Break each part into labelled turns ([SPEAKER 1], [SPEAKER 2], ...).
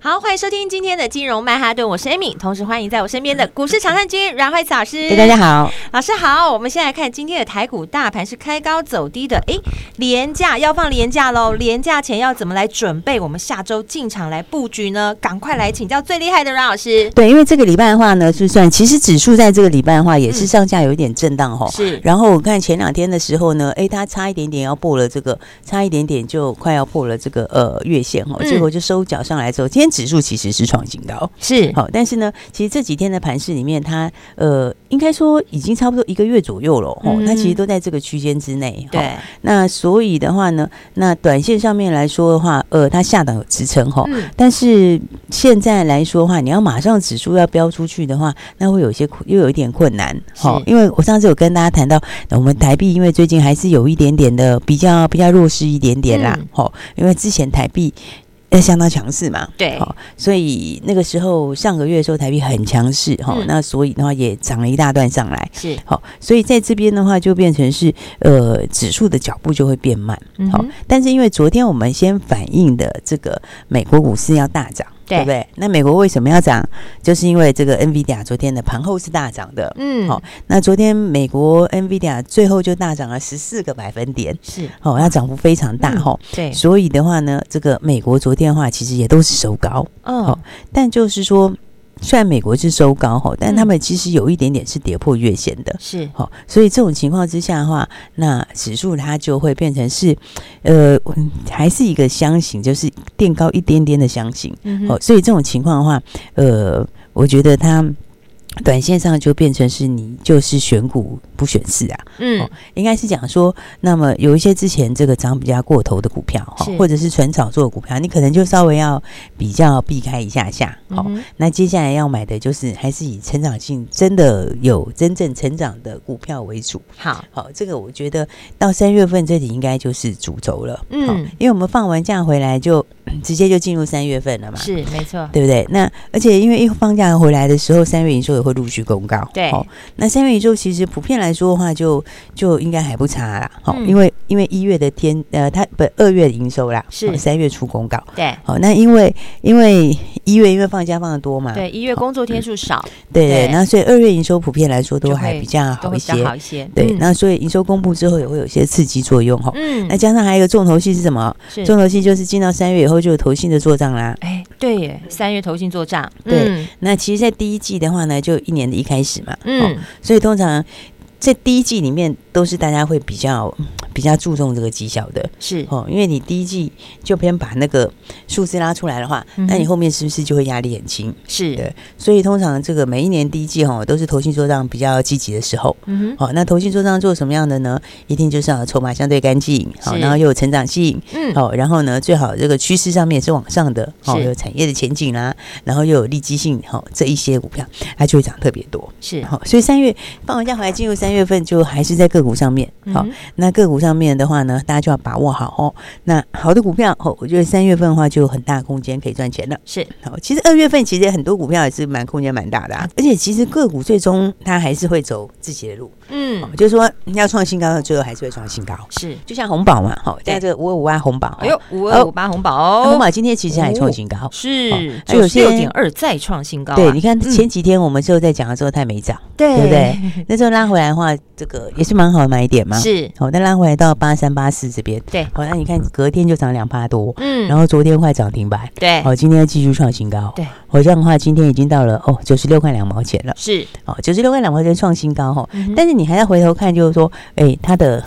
[SPEAKER 1] 好，欢迎收听今天的金融曼哈顿，我是 Amy，同时欢迎在我身边的股市常胜军阮慧慈老师。
[SPEAKER 2] 对，哎大家好。
[SPEAKER 1] 老师哎好，我们先来看今天的台股大盘是开高走低的，诶，廉价要放廉价喽，廉价前要怎么来准备？我们下周进场来布局呢？赶快来请教最厉害的阮老师。
[SPEAKER 2] 对，因为这个礼拜的话呢，就算其实指数在这个礼拜的话也是上下有一点震荡哈、
[SPEAKER 1] 嗯是
[SPEAKER 2] 然后我看前两天的时候呢，哎，它差一点点要破了这个，差一点点就快要破了这个呃月线哈、
[SPEAKER 1] 嗯
[SPEAKER 2] 结果就收脚上来之后，今天指数其实是创新高。
[SPEAKER 1] 是，
[SPEAKER 2] 好，但是哦呢，其实这几天的盘市里面，它呃，应该说已经差不多一个月左右了哦，
[SPEAKER 1] 嗯
[SPEAKER 2] 它其实都在这个区间之内。齁
[SPEAKER 1] 对，
[SPEAKER 2] 那所以的话呢，那短线上面来说的话，呃，它下档有支撑哈，
[SPEAKER 1] 嗯，
[SPEAKER 2] 但是现在来说的话，你要马上指数要标出去的话，那会有一些苦又有一点困难，齁
[SPEAKER 1] 是
[SPEAKER 2] 因为我上次有跟大家谈到，那我们台币因为最近还是有一点点的比较比较弱势一点点啦
[SPEAKER 1] 嗯，
[SPEAKER 2] 好、因为之前台币呃相当强势嘛，
[SPEAKER 1] 对，
[SPEAKER 2] 好，所以那个时候上个月的时候台币很强势哈，
[SPEAKER 1] 嗯
[SPEAKER 2] 那所以的话也涨了一大段上来。
[SPEAKER 1] 是，
[SPEAKER 2] 好，所以在这边的话就变成是呃指数的脚步就会变慢。
[SPEAKER 1] 嗯
[SPEAKER 2] 好
[SPEAKER 1] 哼，
[SPEAKER 2] 但是因为昨天我们先反映的这个美国股市要大涨，
[SPEAKER 1] 对
[SPEAKER 2] 不对？那美国为什么要涨？就是因为这个 NVIDIA 昨天的盘后是大涨的。
[SPEAKER 1] 嗯，
[SPEAKER 2] 好那昨天美国 NVIDIA 最后就大涨了十四个百分点，
[SPEAKER 1] 是，
[SPEAKER 2] 哦，它涨幅非常大
[SPEAKER 1] 嗯
[SPEAKER 2] 哈、
[SPEAKER 1] 对，
[SPEAKER 2] 所以的话呢，这个美国昨天的话其实也都是收高。
[SPEAKER 1] 嗯
[SPEAKER 2] 好，但就是说，虽然美国是收高哈，
[SPEAKER 1] 嗯
[SPEAKER 2] 但他们其实有一点点是跌破月线的。
[SPEAKER 1] 是，
[SPEAKER 2] 好，所以这种情况之下的话，那指数它就会变成是，呃，嗯还是一个箱型，就是垫高一点点的箱型。
[SPEAKER 1] 嗯
[SPEAKER 2] 哦
[SPEAKER 1] 哼，，
[SPEAKER 2] 所以这种情况的话，呃，我觉得它短线上就变成是你就是选股不选市啊。
[SPEAKER 1] 嗯，
[SPEAKER 2] 应该是讲说，那么有一些之前这个涨比较过头的股票哈
[SPEAKER 1] 是，
[SPEAKER 2] 或者是纯炒作的股票，你可能就稍微要比较避开一下下。好、
[SPEAKER 1] 嗯哼
[SPEAKER 2] 那接下来要买的就是还是以成长性真的有真正成长的股票为主。
[SPEAKER 1] 好，
[SPEAKER 2] 好，这个我觉得到三月份这里应该就是主轴了。
[SPEAKER 1] 嗯
[SPEAKER 2] 好因为我们放完假回来就直接就进入三月份了嘛。
[SPEAKER 1] 是，没错，
[SPEAKER 2] 对不对？那而且因为一放假回来的时候，三月营收也会陆续公告。
[SPEAKER 1] 对
[SPEAKER 2] 好那三月营收其实普遍来说的话就，就应该还不差啦。好、
[SPEAKER 1] 嗯
[SPEAKER 2] 因为因为一月的天呃，它不二月营收啦，
[SPEAKER 1] 是
[SPEAKER 2] 好三月初公告。
[SPEAKER 1] 对，
[SPEAKER 2] 好，那因为因为一月因为放假放的多嘛，
[SPEAKER 1] 对，一月工作天数少，
[SPEAKER 2] 对
[SPEAKER 1] 对
[SPEAKER 2] 对那所以二月营收普遍来说
[SPEAKER 1] 就
[SPEAKER 2] 都
[SPEAKER 1] 会
[SPEAKER 2] 还比较
[SPEAKER 1] 都
[SPEAKER 2] 好
[SPEAKER 1] 会
[SPEAKER 2] 一
[SPEAKER 1] 比较
[SPEAKER 2] 些。
[SPEAKER 1] 好一些，
[SPEAKER 2] 对、
[SPEAKER 1] 嗯
[SPEAKER 2] 那所以营收公布之后也会有一些刺激作用哈、
[SPEAKER 1] 嗯
[SPEAKER 2] 那，加上还有一个重头戏是什么？
[SPEAKER 1] 是
[SPEAKER 2] 重头戏哎就是进到三月以后就有投信的做账啦。
[SPEAKER 1] 哎，对耶，三月投信做账，
[SPEAKER 2] 对
[SPEAKER 1] 嗯
[SPEAKER 2] 那其实，在第一季的话呢，就一年的一开始嘛，哦，
[SPEAKER 1] 嗯，
[SPEAKER 2] 所以通常在第一季里面都是大家会比较嗯比较注重这个绩效的
[SPEAKER 1] 是，
[SPEAKER 2] 哦，因为你第一季就偏把那个数字拉出来的话，
[SPEAKER 1] 嗯哼
[SPEAKER 2] 那你后面是不是就会压力很轻？
[SPEAKER 1] 是，
[SPEAKER 2] 对所以通常这个每一年第一季哦，都是投信做账比较积极的时候。
[SPEAKER 1] 嗯哼，
[SPEAKER 2] 好、哦，那投信做账做什么样的呢？一定就是要筹码相对干净，好、
[SPEAKER 1] 是
[SPEAKER 2] 然后又有成长性，
[SPEAKER 1] 嗯，
[SPEAKER 2] 好、然后呢，最好这个趋势上面也是往上的，好、
[SPEAKER 1] 是
[SPEAKER 2] 有产业的前景啦、然后又有利基性，好、这一些股票它就会涨特别多，
[SPEAKER 1] 是，
[SPEAKER 2] 好、所以三月放完假回来进入三月份，就还是在个股上面，
[SPEAKER 1] 嗯
[SPEAKER 2] 好、
[SPEAKER 1] 哼
[SPEAKER 2] 那个股上面的话呢，大家就要把握好哦。那好的股票，哦，我觉得三月份的话就有很大空间可以赚钱了。
[SPEAKER 1] 是，
[SPEAKER 2] 好，其实二月份其实很多股票也是蛮空间蛮大的、
[SPEAKER 1] 嗯
[SPEAKER 2] 啊，而且其实个股最终它还是会走自己的路，
[SPEAKER 1] 嗯，
[SPEAKER 2] 就是说要创新高，最后还是会创新高。
[SPEAKER 1] 是，
[SPEAKER 2] 就像红宝嘛，好，
[SPEAKER 1] 对
[SPEAKER 2] 在这个五二五八红宝，
[SPEAKER 1] 哎呦，五二五八红宝，
[SPEAKER 2] 哎那红宝今天其实还创新高。
[SPEAKER 1] 是
[SPEAKER 2] 哦
[SPEAKER 1] 九十六
[SPEAKER 2] 那有
[SPEAKER 1] 点
[SPEAKER 2] 些
[SPEAKER 1] 二再创新高啊，
[SPEAKER 2] 对，你看
[SPEAKER 1] 嗯
[SPEAKER 2] 前几天我们之后在讲的时候，它也没涨，
[SPEAKER 1] 对
[SPEAKER 2] 对不对？那时候拉回来的话，这个也是蛮好的买点嘛。，
[SPEAKER 1] 是，
[SPEAKER 2] 好，那拉回来到八三八四这边，哦
[SPEAKER 1] 对
[SPEAKER 2] 好，那你看隔天就涨两趴多，
[SPEAKER 1] 嗯，
[SPEAKER 2] 然后昨天快涨停板，
[SPEAKER 1] 对，
[SPEAKER 2] 好，今天继续创新高，
[SPEAKER 1] 对，
[SPEAKER 2] 好，这样的话今天已经到了哦九十六块两毛钱了，
[SPEAKER 1] 是，
[SPEAKER 2] 哦，九十六块两毛钱创新高哈，
[SPEAKER 1] 嗯哼
[SPEAKER 2] 但是你还要回头看，就是说，哎，它的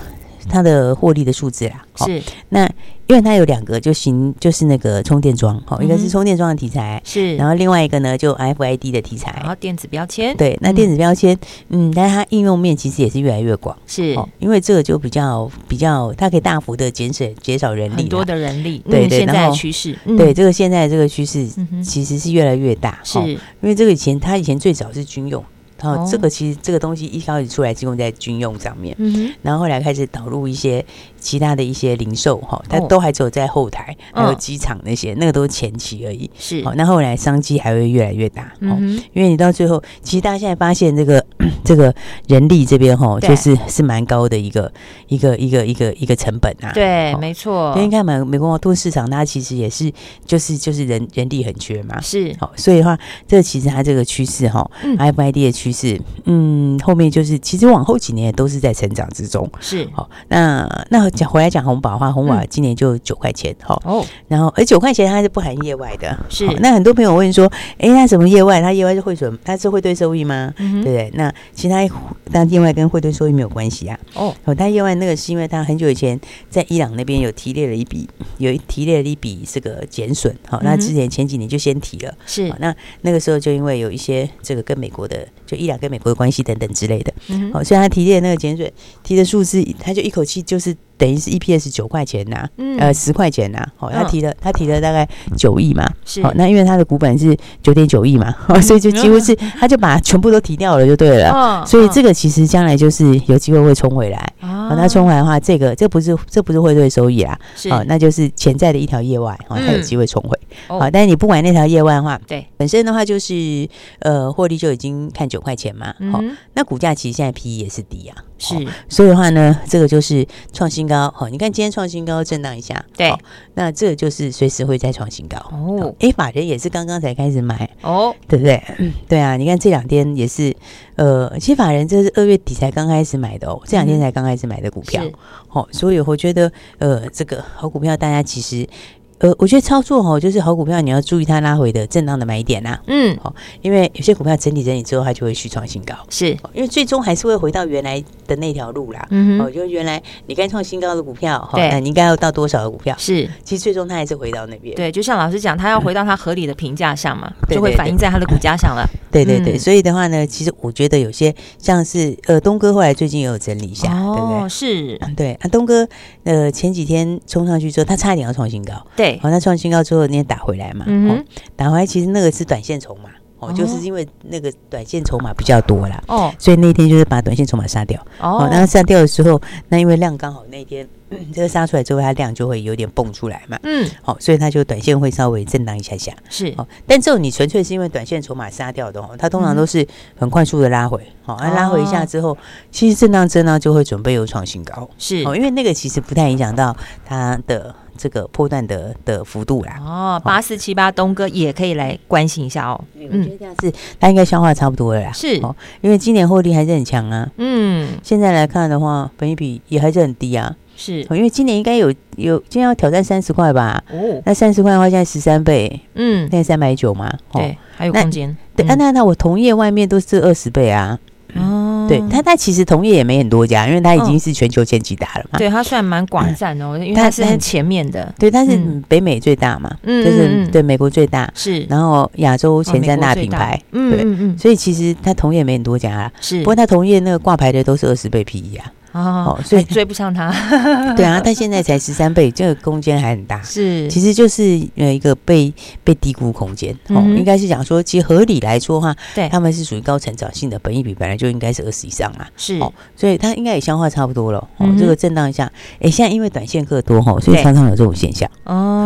[SPEAKER 2] 它的获利的数字啊啦，好
[SPEAKER 1] 是
[SPEAKER 2] 那因为它有两个就行，就是那个充电桩，哦好，一个
[SPEAKER 1] 嗯哼
[SPEAKER 2] 是充电桩的题材，
[SPEAKER 1] 是，
[SPEAKER 2] 然后另外一个呢就 FID 的题
[SPEAKER 1] 然后
[SPEAKER 2] 材。
[SPEAKER 1] 电子标签，
[SPEAKER 2] 对，那
[SPEAKER 1] 嗯
[SPEAKER 2] 电子标签，嗯，但是它应用面其实也是越来越广，
[SPEAKER 1] 是
[SPEAKER 2] 哦，因为这个就比较比较，它可以大幅的减省减少人力
[SPEAKER 1] 很
[SPEAKER 2] 啦，
[SPEAKER 1] 多的人力，
[SPEAKER 2] 对
[SPEAKER 1] 嗯
[SPEAKER 2] 对
[SPEAKER 1] 现在
[SPEAKER 2] 然
[SPEAKER 1] 的
[SPEAKER 2] 后
[SPEAKER 1] 趋势，嗯，
[SPEAKER 2] 对这个现在这个趋势
[SPEAKER 1] 嗯哼，
[SPEAKER 2] 其实是越来越大，哦
[SPEAKER 1] 是，
[SPEAKER 2] 因为这个以前它以前最早是军用，然
[SPEAKER 1] 哦
[SPEAKER 2] 后这个其实这个东西一开始出来是用在军用上面，
[SPEAKER 1] 嗯哼，
[SPEAKER 2] 然后后来开始导入一些其他的一些零售哈，它
[SPEAKER 1] 哦
[SPEAKER 2] 都还只有在后台，还有
[SPEAKER 1] 嗯
[SPEAKER 2] 机场那些，那个都是前期而已。
[SPEAKER 1] 是
[SPEAKER 2] 好，那后来商机还会越来越大。哦，
[SPEAKER 1] 嗯哼，
[SPEAKER 2] 因为你到最后，其实大家现在发现这个 这个人力这边哈，
[SPEAKER 1] 对
[SPEAKER 2] 就是是蛮高的一个一个一个一个一个成本啊。
[SPEAKER 1] 对，
[SPEAKER 2] 好
[SPEAKER 1] 没错
[SPEAKER 2] 因为，你看美美国多市场，它其实也是就是就是人人力很缺嘛。
[SPEAKER 1] 是
[SPEAKER 2] 好，所以的话，这其实它这个趋势哈、
[SPEAKER 1] 嗯
[SPEAKER 2] f i d 的趋势，嗯，后面就是其实往后几年也都是在成长之中。
[SPEAKER 1] 是
[SPEAKER 2] 好，那那讲回来讲红宝的话，红
[SPEAKER 1] 嗯
[SPEAKER 2] 宝今年就九块钱哈、
[SPEAKER 1] 哦，
[SPEAKER 2] 然后而九块钱它是不含业外的。
[SPEAKER 1] 是
[SPEAKER 2] 好那很多朋友问说，诶，那什么业外？它业外是汇损，它是汇兑收益吗？
[SPEAKER 1] 嗯
[SPEAKER 2] 对
[SPEAKER 1] 哼，
[SPEAKER 2] 不对？那其他但业外跟汇兑收益没有关系啊。
[SPEAKER 1] 哦，
[SPEAKER 2] 哦，但业外那个是因为它很久以前在伊朗那边有提列了一笔，有一提列了一笔这个减损。好、那
[SPEAKER 1] 嗯哼
[SPEAKER 2] 之前前几年就先提了。
[SPEAKER 1] 是
[SPEAKER 2] 好，，那那个时候就因为有一些这个跟美国的，就伊朗跟美国的关系等等之类的，
[SPEAKER 1] 嗯哼，
[SPEAKER 2] 好，所以他提的那个减损提的数字，他就一口气就是等于是 EPS 九块钱呐、
[SPEAKER 1] 嗯
[SPEAKER 2] 呃，十块钱呐、好，他
[SPEAKER 1] 嗯
[SPEAKER 2] 提了他提了大概九亿嘛，
[SPEAKER 1] 是
[SPEAKER 2] 好，那因为他的股本是九点九亿嘛， 好，所以就几乎是他就把它全部都提掉了就对了，
[SPEAKER 1] 嗯哦
[SPEAKER 2] 呃所以这个其实将来就是有机会会冲回来。
[SPEAKER 1] 啊
[SPEAKER 2] 好，那冲回来的话，这个这不是这不是汇兑收益啦，
[SPEAKER 1] 是
[SPEAKER 2] 好、那就是潜在的一条业外，好、它有
[SPEAKER 1] 嗯
[SPEAKER 2] 机会重回。
[SPEAKER 1] 哦
[SPEAKER 2] 好、但是你不管那条业外的话，
[SPEAKER 1] 对，
[SPEAKER 2] 本身的话就是呃，获利就已经看九块钱嘛，
[SPEAKER 1] 嗯
[SPEAKER 2] 好、
[SPEAKER 1] 哼
[SPEAKER 2] 那股价其实现在 P E 也是低啊，
[SPEAKER 1] 是
[SPEAKER 2] 好所以的话呢，这个就是创新高，好、你看今天创新高震荡一下，
[SPEAKER 1] 对
[SPEAKER 2] 好那这个就是随时会再创新高。
[SPEAKER 1] 哦
[SPEAKER 2] 哎，法人也是刚刚才开始买，
[SPEAKER 1] 哦
[SPEAKER 2] 对不对？对啊，你看这两天也是，呃，其实法人这是二月底才刚开始买的哦，这两天才刚开始买的股票
[SPEAKER 1] 是，
[SPEAKER 2] 好、所以我觉得，呃，这个好股票大家其实，呃，我觉得操作哦，就是好股票你要注意它拉回的震荡的买点啦、
[SPEAKER 1] 嗯
[SPEAKER 2] 因为有些股票整理整理之后，它就会续创新高，
[SPEAKER 1] 是
[SPEAKER 2] 哦因为最终还是会回到原来的那条路啦。
[SPEAKER 1] 嗯
[SPEAKER 2] 哦，
[SPEAKER 1] 哼
[SPEAKER 2] 就原来你该创新高的股票，好
[SPEAKER 1] 对
[SPEAKER 2] 那你应该要到多少的股票？
[SPEAKER 1] 是
[SPEAKER 2] 其实最终它还是回到那边。
[SPEAKER 1] 对，就像老师讲，他要回到他合理的评价上嘛，
[SPEAKER 2] 对
[SPEAKER 1] 就会
[SPEAKER 2] 对
[SPEAKER 1] 反
[SPEAKER 2] 对
[SPEAKER 1] 映在他的股价上了。
[SPEAKER 2] 对对对，
[SPEAKER 1] 嗯
[SPEAKER 2] 所以的话呢，其实我觉得有些像是呃，东哥后来最近也有整理一下，对不对？
[SPEAKER 1] 哦是，
[SPEAKER 2] 嗯对啊，东哥，呃，前几天冲上去之后，他差一点要创新高，
[SPEAKER 1] 对，
[SPEAKER 2] 好、那创新高之后，你也打回来嘛，
[SPEAKER 1] 嗯
[SPEAKER 2] 哦
[SPEAKER 1] 哼，，
[SPEAKER 2] 打回来其实那个是短线筹码，哦，就是
[SPEAKER 1] 哦
[SPEAKER 2] 因为那个短线筹码比较多啦，
[SPEAKER 1] 哦
[SPEAKER 2] 所以那天就是把短线筹码杀掉，哦，那杀掉的时候，那因为量刚好那天、 嗯这个杀出来之后，它量就会有点蹦出来嘛，
[SPEAKER 1] 嗯，
[SPEAKER 2] 好、所以它就短线会稍微震荡一下下，
[SPEAKER 1] 是
[SPEAKER 2] 哦，但这种你纯粹是因为短线筹码杀掉的哦，它通常都是很快速的拉回，好、那、拉回一下
[SPEAKER 1] 嗯哦
[SPEAKER 2] 之后，其实震荡震荡就会准备有创新高，
[SPEAKER 1] 是，
[SPEAKER 2] 哦，因为那个其实不太影响到它的这个波段的的幅度啦。
[SPEAKER 1] 哦，八四七八东哥也可以来关心一下哦。
[SPEAKER 2] 我觉得这样是它应该消化差不多了啦，
[SPEAKER 1] 是
[SPEAKER 2] 哦，因为今年获利还是很强啊。
[SPEAKER 1] 嗯，
[SPEAKER 2] 现在来看的话，本益比也还是很低啊，
[SPEAKER 1] 是
[SPEAKER 2] 哦因为今年应该有有今天要挑战三十块吧？
[SPEAKER 1] 哦，
[SPEAKER 2] 那三十块的话，现在十三倍，
[SPEAKER 1] 嗯
[SPEAKER 2] 现，在三百九嘛，哦，
[SPEAKER 1] 对，嗯还有
[SPEAKER 2] 那
[SPEAKER 1] 空间。嗯
[SPEAKER 2] 对，啊，那那我同业外面都是二十倍啊，
[SPEAKER 1] 哦
[SPEAKER 2] 对，它它其实同业也没很多家，因为它已经是全球前几大了嘛。
[SPEAKER 1] 嗯对它算蛮寡占哦，因为
[SPEAKER 2] 它
[SPEAKER 1] 它是
[SPEAKER 2] 它
[SPEAKER 1] 很前面的，
[SPEAKER 2] 对，但是
[SPEAKER 1] 嗯
[SPEAKER 2] 北美最大嘛，
[SPEAKER 1] 嗯
[SPEAKER 2] 就是
[SPEAKER 1] 嗯嗯
[SPEAKER 2] 对美国最大，
[SPEAKER 1] 是
[SPEAKER 2] 然后亚洲前三大
[SPEAKER 1] 哦美国最
[SPEAKER 2] 品牌，
[SPEAKER 1] 嗯
[SPEAKER 2] 对
[SPEAKER 1] 嗯嗯，
[SPEAKER 2] 所以其实它同业也没很多家啦。
[SPEAKER 1] 是
[SPEAKER 2] 不过它同业那个挂牌的都是二十倍 PE 啊，
[SPEAKER 1] 哦
[SPEAKER 2] 哦，所以
[SPEAKER 1] 还追不上 它
[SPEAKER 2] 对啊，但现在才十三倍，这个空间还 很大。
[SPEAKER 1] 是
[SPEAKER 2] 其实就是呃一个被被低估空间哦，
[SPEAKER 1] 嗯哼
[SPEAKER 2] 应该是讲说，其实合理来说的话，
[SPEAKER 1] 对
[SPEAKER 2] 他们是属于高成长性的，本益比本来就应该是二十以上啦。
[SPEAKER 1] 是
[SPEAKER 2] 哦所以它应该也消化差不多了。哦，
[SPEAKER 1] 嗯哼
[SPEAKER 2] 这个震荡一下，哎、现在因为短线客多哈，所以
[SPEAKER 1] 对
[SPEAKER 2] 常常有这种现象，哦，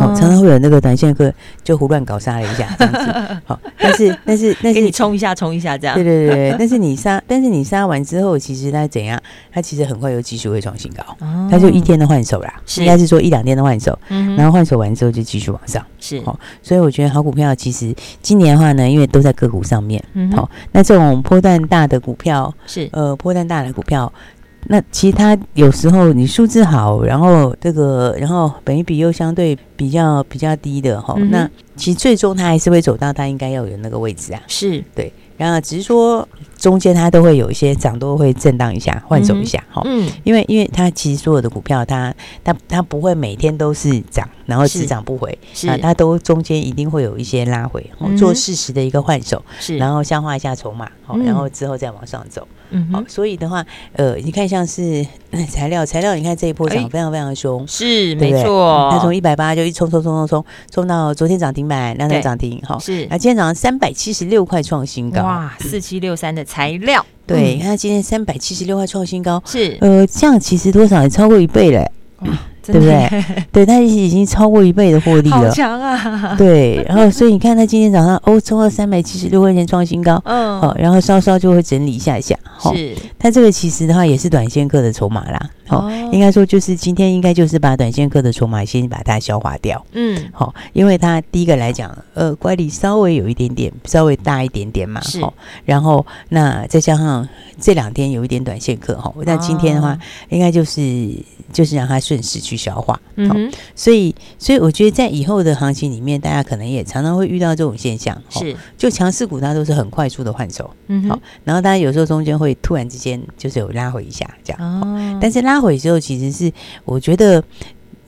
[SPEAKER 1] 哦
[SPEAKER 2] 常常会有那个短线客就胡乱搞杀了一下这样子。好、但是但是但
[SPEAKER 1] 给
[SPEAKER 2] 是
[SPEAKER 1] 你，冲一下，冲一下这样
[SPEAKER 2] 对对。对对，但是你杀，但是你杀完之后，其实它怎样？它其实很快又继续会创新高，
[SPEAKER 1] 哦
[SPEAKER 2] 它就一，天的换手啦，
[SPEAKER 1] 是
[SPEAKER 2] 应该是说一两天的换手，
[SPEAKER 1] 嗯哼
[SPEAKER 2] 然后换手完之后就继续往上。
[SPEAKER 1] 是
[SPEAKER 2] 好所以我觉得好股票其实今年的话呢，因为都在个股上面，
[SPEAKER 1] 嗯哼
[SPEAKER 2] 好那这种波段大的股票。
[SPEAKER 1] 是
[SPEAKER 2] 呃波段大的股票，那其他有时候你数字好，然后这个然后本益比又相对比较比较低的哈、
[SPEAKER 1] 嗯哼
[SPEAKER 2] 那其实最终它还是会走到它应该要有那个位置啊。
[SPEAKER 1] 是
[SPEAKER 2] 然后只是说中间它都会有一些涨多会震荡一下，换手一下哈、齁
[SPEAKER 1] 嗯
[SPEAKER 2] 因为因为它其实所有的股票它，它它不会每天都是涨，然后只
[SPEAKER 1] 是
[SPEAKER 2] 涨不回
[SPEAKER 1] 是
[SPEAKER 2] 啊，它都中间一定会有一些拉回，齁
[SPEAKER 1] 嗯哼
[SPEAKER 2] 做适时的一个换手，
[SPEAKER 1] 是，
[SPEAKER 2] 然后消化一下筹码，好、
[SPEAKER 1] 嗯
[SPEAKER 2] 然后之后再往上走。
[SPEAKER 1] 嗯
[SPEAKER 2] 好、
[SPEAKER 1] 哼
[SPEAKER 2] 所以的话，呃，你看像是 呃材料，材料你看这一波
[SPEAKER 1] 哎哦
[SPEAKER 2] 涨非常非常的凶。
[SPEAKER 1] 是没
[SPEAKER 2] 对不对
[SPEAKER 1] 错，
[SPEAKER 2] 它从一百八就一冲冲冲冲冲冲到昨天涨停板，那
[SPEAKER 1] 对
[SPEAKER 2] 天涨停哈，
[SPEAKER 1] 是
[SPEAKER 2] 那今天早上三百七十六块创新高，
[SPEAKER 1] 哇四七六三的材料，
[SPEAKER 2] 对，
[SPEAKER 1] 嗯
[SPEAKER 2] 你看今天三百七十六块创新高，呃
[SPEAKER 1] 是
[SPEAKER 2] 呃，这样其实多少也超过一倍嘞，
[SPEAKER 1] 真的
[SPEAKER 2] 对不 对，它已经超过一倍的获利
[SPEAKER 1] 好
[SPEAKER 2] 了。
[SPEAKER 1] 强啊！
[SPEAKER 2] 对，然后所以你看，它今天早上哦，冲到三百七十六块钱创新高，
[SPEAKER 1] 嗯，
[SPEAKER 2] 哦，然后稍稍就会整理一下下，哦，
[SPEAKER 1] 是
[SPEAKER 2] 它这个其实的话也是短线客的筹码啦，哦，应该说就是今天应该就是把短线客的筹码先把它消化掉，
[SPEAKER 1] 嗯
[SPEAKER 2] 好、因为它第一个来讲，呃，乖离稍微有一点点，稍微大一点点嘛，
[SPEAKER 1] 是
[SPEAKER 2] 齁然后那再加上这两天有一点短线客哈，齁那今天的话，
[SPEAKER 1] 哦
[SPEAKER 2] 应该就是就是让它顺势去消化，
[SPEAKER 1] 嗯
[SPEAKER 2] 好
[SPEAKER 1] 哼
[SPEAKER 2] 所以所以我觉得在以后的行情里面，大家可能也常常会遇到这种现象，齁
[SPEAKER 1] 是
[SPEAKER 2] 就强势股它都是很快速的换手，
[SPEAKER 1] 嗯
[SPEAKER 2] 好
[SPEAKER 1] 哼
[SPEAKER 2] 然后大家有时候中间会突然之间就是有拉回一下这样，齁
[SPEAKER 1] 哦
[SPEAKER 2] 但是拉回之后，其实是我觉得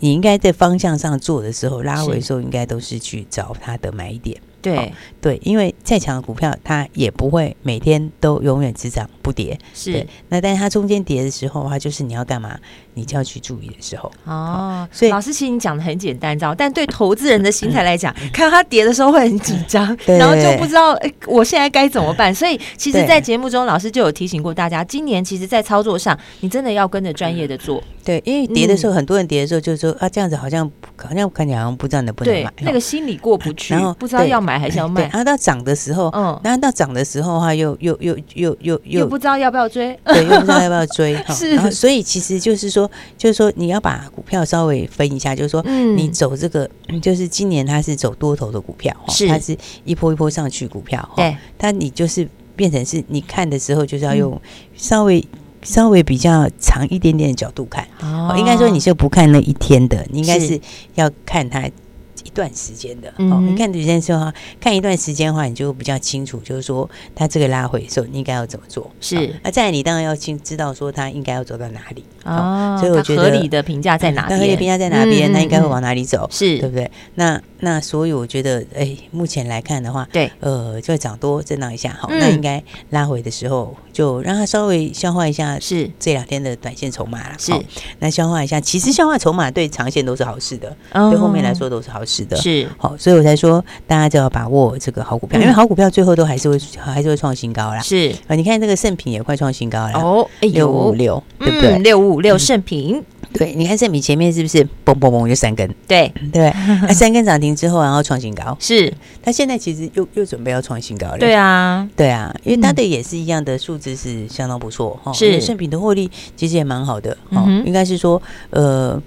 [SPEAKER 2] 你应该在方向上做的时候，拉回的时候应该都是去找它的买点。
[SPEAKER 1] 对
[SPEAKER 2] 对，因为再强的股票，它也不会每天都永远只涨不跌。
[SPEAKER 1] 是
[SPEAKER 2] 对那但是它中间跌的时候，它就是你要干嘛，你就要去注意的时候。
[SPEAKER 1] 哦，
[SPEAKER 2] 所以
[SPEAKER 1] 老师其实你讲的很简单，你知道，但对投资人的心态来讲，看到它跌的时候会很紧张，
[SPEAKER 2] 对
[SPEAKER 1] 然后就不知道诶我现在该怎么办。所以其实，
[SPEAKER 2] 对
[SPEAKER 1] 在节目中，老师就有提醒过大家，今年其实，在操作上，你真的要跟着专业的做，
[SPEAKER 2] 对，因为跌的时嗯候，很多人跌的时候就说啊，这样子好像好像看起来好像不知道能不能
[SPEAKER 1] 对
[SPEAKER 2] 买。
[SPEAKER 1] 那个心里过不去
[SPEAKER 2] 然后，
[SPEAKER 1] 不知道
[SPEAKER 2] 对
[SPEAKER 1] 要买还是要
[SPEAKER 2] 对，
[SPEAKER 1] 卖
[SPEAKER 2] 然，后到涨的时候，
[SPEAKER 1] 嗯，
[SPEAKER 2] 然后到涨的时候的话，又又又又又
[SPEAKER 1] 又不知道要不要追，
[SPEAKER 2] 对，又不知道要不要 追哈。
[SPEAKER 1] 是
[SPEAKER 2] 然后所以其实就是说，就是说你要把股票稍微分一下，就是说。
[SPEAKER 1] 嗯
[SPEAKER 2] 你走这个，嗯就是今年它是走多头的股票，哈
[SPEAKER 1] 是
[SPEAKER 2] 它是一波一波上去股票，哈
[SPEAKER 1] 对，嗯
[SPEAKER 2] 但你就是变成是你看的时候，就是要用稍微、稍微比较长一点点的角度看，
[SPEAKER 1] 哦
[SPEAKER 2] 哦，应该说你是不看那一天的，你应该
[SPEAKER 1] 是
[SPEAKER 2] 是要看它一段时间的，
[SPEAKER 1] 嗯
[SPEAKER 2] 哦，
[SPEAKER 1] 哼
[SPEAKER 2] 你看时间之后，看一段时间的话，你就比较清楚，就是说它这个拉回的时候，你应该要怎么做，
[SPEAKER 1] 是
[SPEAKER 2] 哦那、再来你当然要清知道说它应该要走到哪里，
[SPEAKER 1] 哦，
[SPEAKER 2] 所以我
[SPEAKER 1] 它
[SPEAKER 2] 觉
[SPEAKER 1] 合
[SPEAKER 2] 得嗯
[SPEAKER 1] 理的评价在哪
[SPEAKER 2] 那
[SPEAKER 1] 边？
[SPEAKER 2] 合理评价在哪边，
[SPEAKER 1] 嗯
[SPEAKER 2] 那应该会
[SPEAKER 1] 嗯
[SPEAKER 2] 往哪里走，
[SPEAKER 1] 是
[SPEAKER 2] 对不对？那那所以我觉得，哎，目前来看的话，
[SPEAKER 1] 对，
[SPEAKER 2] 呃，就涨多震荡一下，好，
[SPEAKER 1] 嗯
[SPEAKER 2] 那应该拉回的时候就让它稍微消化一下
[SPEAKER 1] 是
[SPEAKER 2] 这两天的短线筹码啦，
[SPEAKER 1] 是
[SPEAKER 2] 好，那消化一下，其实消化筹码对长线都是好事的，
[SPEAKER 1] 对
[SPEAKER 2] 对后面来说都是好事的，。
[SPEAKER 1] 哦是
[SPEAKER 2] 好，所以我才说大家就要把握这个好股票，
[SPEAKER 1] 嗯
[SPEAKER 2] 因为好股票最后都还是会还是会创新高啦。
[SPEAKER 1] 是
[SPEAKER 2] 啊，你看这个盛品也快创新高了，
[SPEAKER 1] 哦，哎
[SPEAKER 2] 呃六五
[SPEAKER 1] 呦，
[SPEAKER 2] 六，对不对？
[SPEAKER 1] 嗯，六五六盛平，
[SPEAKER 2] 对，你看盛品前面是不是嘣嘣嘣就三根？
[SPEAKER 1] 对，
[SPEAKER 2] 对不 对，那三根涨停之后，然后创新高，
[SPEAKER 1] 是，
[SPEAKER 2] 它现在其实又又准备要创新高了。
[SPEAKER 1] 对啊，
[SPEAKER 2] 对啊，因为它的也是一样的数字是相当不错哈，
[SPEAKER 1] 是
[SPEAKER 2] 因为盛品的获利其实也蛮好的哦
[SPEAKER 1] 嗯，哼
[SPEAKER 2] 应该是说呃，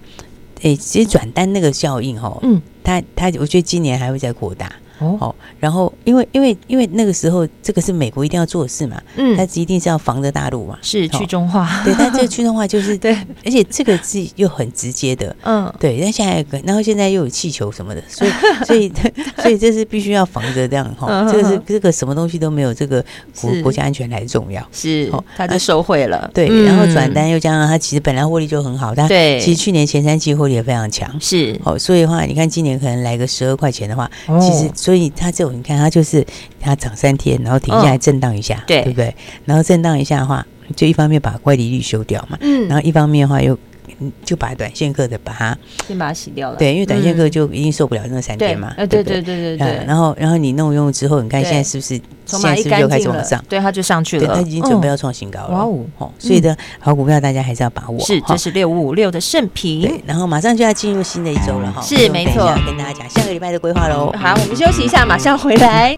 [SPEAKER 2] 诶，其实转单那个效应哈，
[SPEAKER 1] 嗯，
[SPEAKER 2] 它它我觉得今年还会再扩大
[SPEAKER 1] 哦，
[SPEAKER 2] 哦，然后因为因为因为那个时候这个是美国一定要做的事嘛，它
[SPEAKER 1] 嗯，
[SPEAKER 2] 一定是要防着大陆嘛，
[SPEAKER 1] 是
[SPEAKER 2] 哦
[SPEAKER 1] 去中化，
[SPEAKER 2] 对，它这个驱动化就是，
[SPEAKER 1] 对，
[SPEAKER 2] 而且这个是又很直接的，
[SPEAKER 1] 嗯，
[SPEAKER 2] 对，但现在有个然后现在又有气球什么的， 所以所以 所以这是必须要防着这样哈
[SPEAKER 1] 嗯，
[SPEAKER 2] 这个
[SPEAKER 1] 哼
[SPEAKER 2] 是
[SPEAKER 1] 哼
[SPEAKER 2] 这个什么东西都没有，这个国
[SPEAKER 1] 是
[SPEAKER 2] 国家安全还重要。
[SPEAKER 1] 是
[SPEAKER 2] 哦，
[SPEAKER 1] 他就收回了，
[SPEAKER 2] 对，
[SPEAKER 1] 嗯
[SPEAKER 2] 然后转，单又加上它其实本来获利就很好，但
[SPEAKER 1] 对
[SPEAKER 2] 其实去年前三季获利也非常强。
[SPEAKER 1] 嗯是，
[SPEAKER 2] 哦，所以的话，你看今年可能来个十二块钱的话，其实
[SPEAKER 1] 哦
[SPEAKER 2] 所以它这种你看它就是它涨三天，然后停下来震荡一下，
[SPEAKER 1] 嗯对
[SPEAKER 2] 对不对？然后震荡一下的话，就一方面把乖离率修掉嘛，然
[SPEAKER 1] 嗯，
[SPEAKER 2] 后一方面的话又嗯就把短线客的把它
[SPEAKER 1] 先把它洗掉了，
[SPEAKER 2] 对，因为短线客
[SPEAKER 1] 嗯
[SPEAKER 2] 就一定受不了那三
[SPEAKER 1] 对
[SPEAKER 2] 天嘛，
[SPEAKER 1] 呃，对
[SPEAKER 2] 不
[SPEAKER 1] 对对对
[SPEAKER 2] 啊
[SPEAKER 1] 对，
[SPEAKER 2] 然后然后你弄用之后，你看
[SPEAKER 1] 对
[SPEAKER 2] 现在是不是
[SPEAKER 1] 筹
[SPEAKER 2] 现
[SPEAKER 1] 码
[SPEAKER 2] 在
[SPEAKER 1] 一
[SPEAKER 2] 是不是又
[SPEAKER 1] 干
[SPEAKER 2] 开
[SPEAKER 1] 净
[SPEAKER 2] 始往
[SPEAKER 1] 了
[SPEAKER 2] 上，？
[SPEAKER 1] 对，他就上去
[SPEAKER 2] 对，
[SPEAKER 1] 了，
[SPEAKER 2] 它已经准备
[SPEAKER 1] 嗯
[SPEAKER 2] 要创新高了。
[SPEAKER 1] 哇哦
[SPEAKER 2] 哦，所以的好股票大家还是要把握。
[SPEAKER 1] 嗯是，
[SPEAKER 2] 哈
[SPEAKER 1] 这是六五五六的盛平
[SPEAKER 2] 对，，然后马上就要进入新的一周了哈。
[SPEAKER 1] 是
[SPEAKER 2] 所以我们
[SPEAKER 1] 没
[SPEAKER 2] 等一
[SPEAKER 1] 错
[SPEAKER 2] 下跟大家讲下个礼拜的规划喽。
[SPEAKER 1] 好，我们休息一下，马上回来。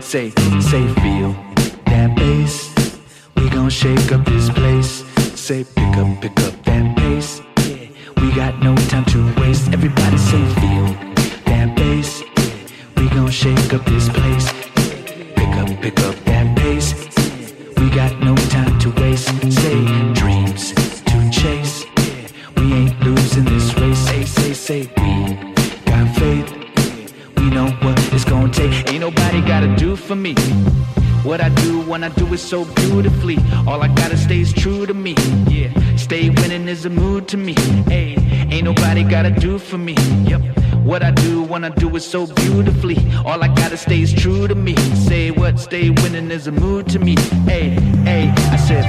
[SPEAKER 3] Say, say, feel that bass. We gon' shake up this place. Say, pick up, pick up that pace. Yeah, we got no time to waste. Everybody say, feel that bass. Yeah, we gon' shake up this place. Pick up, pick up that pace. We got no time to waste. Say, dreams to chase. Yeah, we ain't losing this race. Say, say, say, we got faith. We know what it's gonna take. Ain't nobody gotta do for me. What I do when I do it so beautifully. All I gotta stay is true to me. Yeah, stay winning is a mood to me. Hey, ain't nobody gotta do for me. Yep. What I do when I do it so beautifully. All I gotta stay is true to me. Say what stay winning is a mood to me. Hey, hey, I said.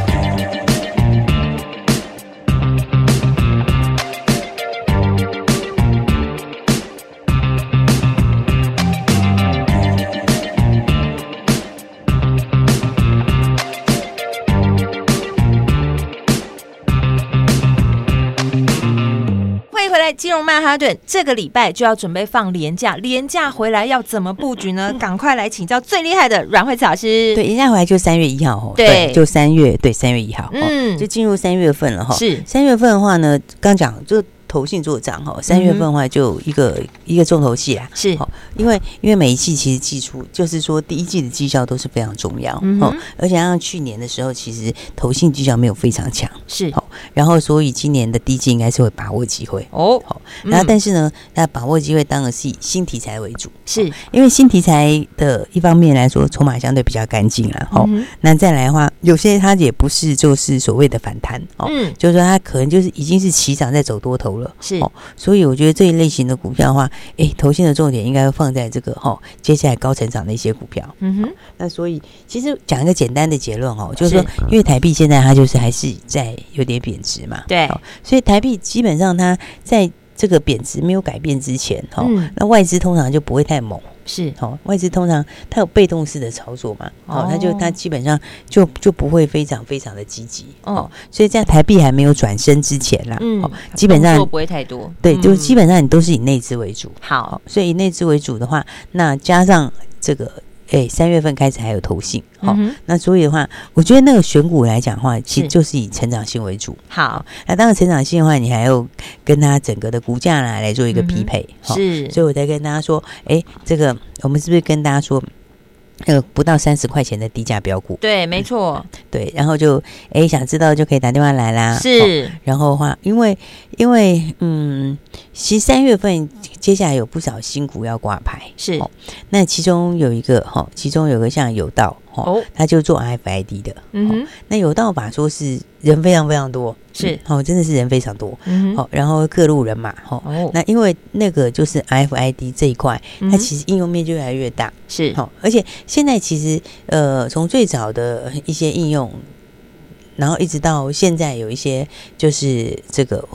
[SPEAKER 1] 金融曼哈顿这个礼拜就要准备放廉价，廉价回来要怎么布局 呢？赶快来请教最厉害的阮慧慈老师。
[SPEAKER 2] 对，一下回来就三月一号哦，
[SPEAKER 1] 对
[SPEAKER 2] 就三月，对，三月一号，
[SPEAKER 1] 嗯
[SPEAKER 2] 嗯，就进入三月份了哈。
[SPEAKER 1] 是
[SPEAKER 2] 三月份的话呢，刚讲就投信做账哈，三月份的话就一个、一个重头戏啦。
[SPEAKER 1] 是
[SPEAKER 2] 好，因为因为每一季其实季初就是说第一季的绩效都是非常重要
[SPEAKER 1] 嗯哼
[SPEAKER 2] 哦，而且像去年的时候，其实投信绩效没有非常强，
[SPEAKER 1] 是
[SPEAKER 2] 好然后所以今年的第一季应该是会把握机会。
[SPEAKER 1] 哦，
[SPEAKER 2] 好，
[SPEAKER 1] 嗯
[SPEAKER 2] 然后但是呢，那把握机会当然是以新题材为主，哦
[SPEAKER 1] 是
[SPEAKER 2] 因为新题材的一方面来说，筹码相对比较干净啦。哦，
[SPEAKER 1] 嗯
[SPEAKER 2] 那再来的话，有些它也不是就是所谓的反弹哦，
[SPEAKER 1] 嗯
[SPEAKER 2] 就是说它可能就是已经是起涨在走多头了。
[SPEAKER 1] 是
[SPEAKER 2] 哦所以我觉得这一类型的股票的话，诶，投信的重点应该会放在这个哈、哦，接下来高成长的一些股票。
[SPEAKER 1] 嗯哼
[SPEAKER 2] 那所以其实讲一个简单的结论哦，就是说，
[SPEAKER 1] 是
[SPEAKER 2] 因为台币现在它就是还是在有点贬值嘛，
[SPEAKER 1] 对
[SPEAKER 2] 哦所以台币基本上它在这个贬值没有改变之前哈、哦
[SPEAKER 1] 嗯
[SPEAKER 2] 那外资通常就不会太猛。
[SPEAKER 1] 是
[SPEAKER 2] 哦，外资通常它有被动式的操作嘛，
[SPEAKER 1] 哦
[SPEAKER 2] 哦，它就它基本上就就不会非常非常的积极
[SPEAKER 1] 嗯
[SPEAKER 2] 哦，所以在台币还没有转身之前啦，
[SPEAKER 1] 嗯
[SPEAKER 2] 哦，基本上
[SPEAKER 1] 动作不会太多，
[SPEAKER 2] 对，就
[SPEAKER 1] 嗯
[SPEAKER 2] 基本上你都是以内资为主，
[SPEAKER 1] 好
[SPEAKER 2] 所以以内资为主的话，那加上这个。哎，三月份开始还有投信，哦，
[SPEAKER 1] 嗯哼
[SPEAKER 2] 那所以的话，我觉得那个选股来讲的话，
[SPEAKER 1] 是
[SPEAKER 2] 其实就是以成长性为主。
[SPEAKER 1] 好
[SPEAKER 2] 那当然，成长性的话，你还要跟它整个的股价啦来做一个
[SPEAKER 1] 嗯
[SPEAKER 2] 匹
[SPEAKER 1] 哼
[SPEAKER 2] 配，哦
[SPEAKER 1] 是
[SPEAKER 2] 所以我在跟大家说，哎、这个我们是不是跟大家说，呃，不到三十块钱的低价标股？
[SPEAKER 1] 对，没错，
[SPEAKER 2] 对，然后就哎、想知道就可以打电话来啦。哦
[SPEAKER 1] 是
[SPEAKER 2] 然后的话，因为因为嗯，其实三月份接下来有不少新股要挂牌，
[SPEAKER 1] 是
[SPEAKER 2] 哦那其中有一个哈、哦，其中有个像有道哈，哦
[SPEAKER 1] 哦，
[SPEAKER 2] 他就做 FID 的。
[SPEAKER 1] 嗯哼
[SPEAKER 2] 那有道法说是人非常非常多，
[SPEAKER 1] 是
[SPEAKER 2] 哦，真的是人非常多。
[SPEAKER 1] 嗯哼
[SPEAKER 2] 哦，然后各路人马哈、哦，
[SPEAKER 1] 哦，
[SPEAKER 2] 那因为那个就是 FID 这一块，
[SPEAKER 1] 嗯
[SPEAKER 2] 它
[SPEAKER 1] 哼
[SPEAKER 2] 其实应用面就越来越大。
[SPEAKER 1] 是
[SPEAKER 2] 好、而且现在其实呃，从最早的一些应用，然后一直到现在有一些就是这个。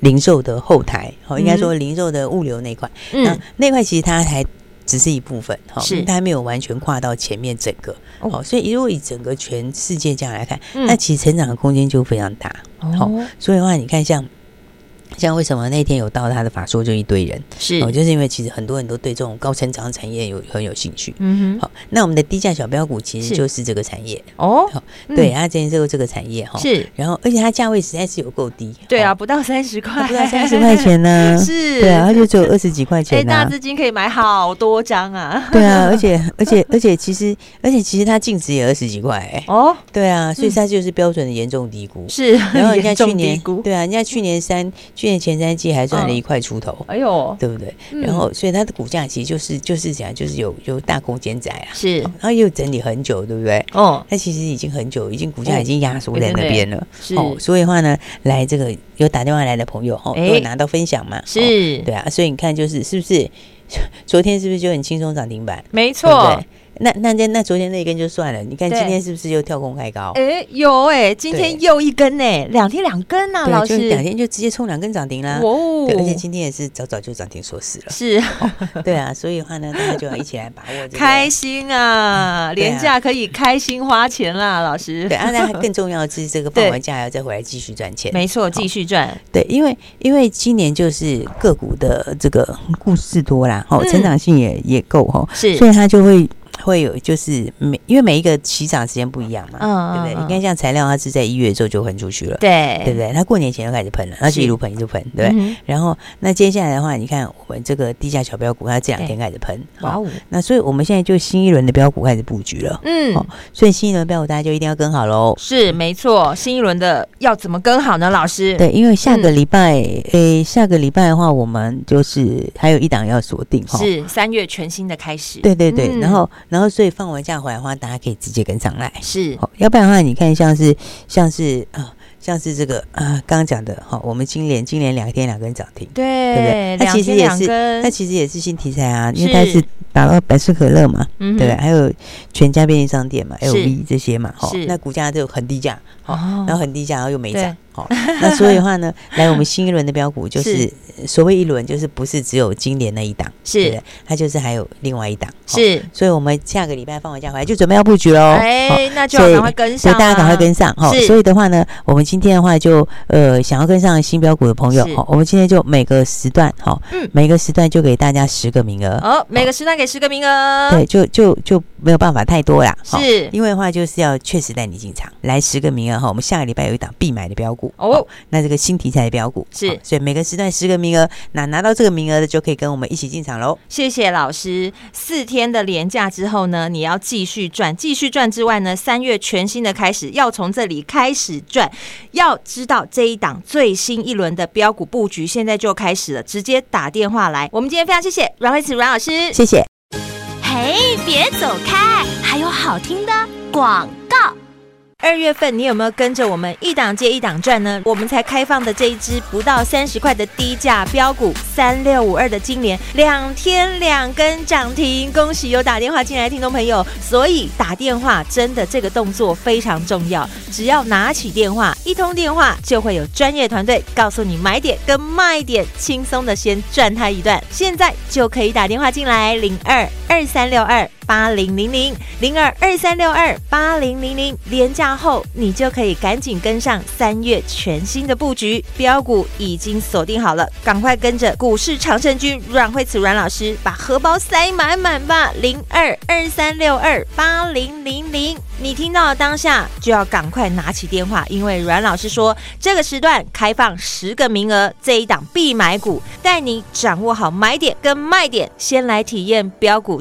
[SPEAKER 2] 零售的后台，好、应该说零售的物流那一块，那
[SPEAKER 1] 嗯
[SPEAKER 2] 那块其实它还只是一部分，好、
[SPEAKER 1] 是
[SPEAKER 2] 它还没有完全跨到前面整个，
[SPEAKER 1] 哦
[SPEAKER 2] 哦，所以如果以整个全世界这样来看，
[SPEAKER 1] 嗯
[SPEAKER 2] 那其实成长的空间就非常大，好
[SPEAKER 1] 哦
[SPEAKER 2] 所以的话，你看像像为什么那天有到他的法说就一堆人，
[SPEAKER 1] 是
[SPEAKER 2] 哦，就是因为其实很多人都对这种高成长产业有很有兴趣。
[SPEAKER 1] 嗯哼
[SPEAKER 2] 好，那我们的低价小标股其实
[SPEAKER 1] 是
[SPEAKER 2] 就是这个产业，
[SPEAKER 1] 哦
[SPEAKER 2] 好，
[SPEAKER 1] 嗯
[SPEAKER 2] 对，它之前就是这个产业哈。，
[SPEAKER 1] 是
[SPEAKER 2] 然后而且它价位实在是有够低，
[SPEAKER 1] 对啊，
[SPEAKER 2] 哦，
[SPEAKER 1] 不到三十块，，
[SPEAKER 2] 它不到三十块，钱 呢
[SPEAKER 1] 是，
[SPEAKER 2] 对啊，它就只 有二十几块
[SPEAKER 1] 哎、
[SPEAKER 2] 钱
[SPEAKER 1] 大
[SPEAKER 2] 啊。
[SPEAKER 1] 资金可以买好多张啊！
[SPEAKER 2] 对啊，而且而且而且其实而且其实它净值也二十几块，哎，
[SPEAKER 1] 哦，
[SPEAKER 2] 对啊，所以它就是标准的严重低估。
[SPEAKER 1] 是，
[SPEAKER 2] 然后人家
[SPEAKER 1] 严重
[SPEAKER 2] 去年
[SPEAKER 1] 低估，
[SPEAKER 2] 对啊，人家去年三去年前三季还赚
[SPEAKER 1] 嗯
[SPEAKER 2] 了一块出头，
[SPEAKER 1] 哎呦，
[SPEAKER 2] 对不对？
[SPEAKER 1] 嗯
[SPEAKER 2] 然后所以它的股价其实就是就是讲就是有有大空间在啊，
[SPEAKER 1] 是
[SPEAKER 2] 哦然后又整理很久，对不对？
[SPEAKER 1] 哦，
[SPEAKER 2] 它其实已经很久，已经股
[SPEAKER 1] 哦
[SPEAKER 2] 价已经压缩在那边了。哦
[SPEAKER 1] 是
[SPEAKER 2] 所以的话呢，来这个有打电话来的朋友哦，
[SPEAKER 1] 哎
[SPEAKER 2] 都有拿到分享嘛，
[SPEAKER 1] 是、
[SPEAKER 2] 哦对啊，所以你看就是是不是昨天是不是就很轻松涨停板，
[SPEAKER 1] 没
[SPEAKER 2] 对不
[SPEAKER 1] 错
[SPEAKER 2] 对。？那那那那昨天那一根就算了，你看
[SPEAKER 1] 对
[SPEAKER 2] 今天是不是又跳空开高？
[SPEAKER 1] 哎、有哎、今天
[SPEAKER 2] 对
[SPEAKER 1] 又一根哎、两天两根呐、啊，
[SPEAKER 2] 对
[SPEAKER 1] 老
[SPEAKER 2] 就
[SPEAKER 1] 师，
[SPEAKER 2] 是两天就直接冲两根涨停啦。
[SPEAKER 1] 哦
[SPEAKER 2] 对，而且今天也是早早就涨停锁死了。
[SPEAKER 1] 是
[SPEAKER 2] 对啊，所以的话呢，大家就要一起来把握这 个
[SPEAKER 1] 开心啊，
[SPEAKER 2] 对啊
[SPEAKER 1] 廉价可以开心花钱啦，老师，
[SPEAKER 2] 对，啊，那 更重要的是这个
[SPEAKER 1] 对
[SPEAKER 2] 放完假要再回来继续赚钱。
[SPEAKER 1] 没错，
[SPEAKER 2] 好
[SPEAKER 1] 继续赚，
[SPEAKER 2] 对，因为因为今年就是个股的这个故事多啦，哦，
[SPEAKER 1] 嗯
[SPEAKER 2] 成长性也也够哦，
[SPEAKER 1] 是
[SPEAKER 2] 所以它就会会有就是每因为每一个起涨时间不一样嘛，
[SPEAKER 1] 嗯
[SPEAKER 2] 对不对？
[SPEAKER 1] 嗯
[SPEAKER 2] 你看像材料，它是在一月之后就喷出去了，
[SPEAKER 1] 对
[SPEAKER 2] 对不对？它过年前就开始喷了，它
[SPEAKER 1] 是
[SPEAKER 2] 是一路喷一路喷，对不对。
[SPEAKER 1] 嗯
[SPEAKER 2] 然后，那接下来的话，你看我们这个低价小标股，它这两天开始喷，
[SPEAKER 1] 哼哇
[SPEAKER 2] 哦，
[SPEAKER 1] 哦，
[SPEAKER 2] 那所以我们现在就新一轮的标股开始布局了，
[SPEAKER 1] 嗯。
[SPEAKER 2] 哦所以新一轮标股大家就一定要跟好喽。
[SPEAKER 1] 是没错，新一轮的要怎么跟好呢？老师，
[SPEAKER 2] 对，因为下
[SPEAKER 1] 嗯
[SPEAKER 2] 个礼拜，诶、下个礼拜的话，我们就是还有一档要锁定哈。
[SPEAKER 1] 是三月全新的开始，
[SPEAKER 2] 对对对，
[SPEAKER 1] 嗯
[SPEAKER 2] 然后然后所以放完假回来的话，大家可以直接跟上来。
[SPEAKER 1] 是
[SPEAKER 2] 好，要不然的话，你看像是像是啊、像是这个啊，刚刚讲的哈、我们今年今年两天两根涨停，对不
[SPEAKER 1] 对
[SPEAKER 2] 对？它其实也是，它
[SPEAKER 1] 那
[SPEAKER 2] 其实也是新题材啊，因
[SPEAKER 1] 嗯是
[SPEAKER 2] 为它是打到百事可乐嘛，
[SPEAKER 1] 嗯哼
[SPEAKER 2] 对不对？还有全家便利商店嘛
[SPEAKER 1] 是
[SPEAKER 2] ，LV 这些嘛，哈
[SPEAKER 1] 是
[SPEAKER 2] 那股价就很低价，好、
[SPEAKER 1] 哦
[SPEAKER 2] 然后很低价，然后又没涨
[SPEAKER 1] 对，
[SPEAKER 2] 好、那所以的 话呢，来我们新一轮的标股就是是所谓一轮，就是不是只有今年那一档，
[SPEAKER 1] 是
[SPEAKER 2] 对不对它就是还有另外一档，好
[SPEAKER 1] 是，
[SPEAKER 2] 所以我们下个礼拜放完假回来就准备要布局喽，好
[SPEAKER 1] 哎，那就要
[SPEAKER 2] 所以
[SPEAKER 1] 赶快跟
[SPEAKER 2] 所
[SPEAKER 1] 上
[SPEAKER 2] 以
[SPEAKER 1] 啊，
[SPEAKER 2] 大家赶快跟上哈、
[SPEAKER 1] 是
[SPEAKER 2] 所以的话呢，我们今天的话就呃想要跟上新标股的朋友
[SPEAKER 1] 是，
[SPEAKER 2] 好、我们今天就每个时段哈、
[SPEAKER 1] 嗯
[SPEAKER 2] 每个时段就给大家十个名额，
[SPEAKER 1] 哦，每个时段给十个名额，
[SPEAKER 2] 对，，就就就没有办法太多啦，好
[SPEAKER 1] 是
[SPEAKER 2] 因为的话就是要确实带你进场，来十个名额哦哈，我们下个礼拜有一档必买的标股
[SPEAKER 1] 哦
[SPEAKER 2] 好那这个新题材的标股
[SPEAKER 1] 是
[SPEAKER 2] 好所以每个时段十个名额，那拿到这个名额的就可以跟我们一起进场喽。
[SPEAKER 1] 谢谢老师。四天的连假之后呢，你要继续赚，继续赚之外呢，三月全新的开始，要从这里开始赚。要知道这一档最新一轮的标股布局现在就开始了，直接打电话来。我们今天非常谢谢阮慧慈阮老师，
[SPEAKER 2] 谢谢。
[SPEAKER 4] 嘿，别走开，还有好听的广告。
[SPEAKER 1] 二月份你有没有跟着我们一档接一档赚呢？我们才开放的这一只不到三十块的低价标股三六五二的金莲，两天两根涨停，恭喜有打电话进来的听众朋友。所以打电话真的这个动作非常重要，只要拿起电话，一通电话就会有专业团队告诉你买点跟卖点，轻松的先赚它一段。现在就可以打电话进来，零二二三六二八零零零零二二三六二八零零零，廉价后你就可以赶紧跟上三月全新的布局，标股已经锁定好了，赶快跟着股市长胜军阮慧慈阮老师把荷包塞满满吧，零二二三六二八零零零，你听到的当下就要赶快拿起电话，因为阮老师说这个时段开放十个名额，这一档必买股带你掌握好买点跟卖点，先来体验标股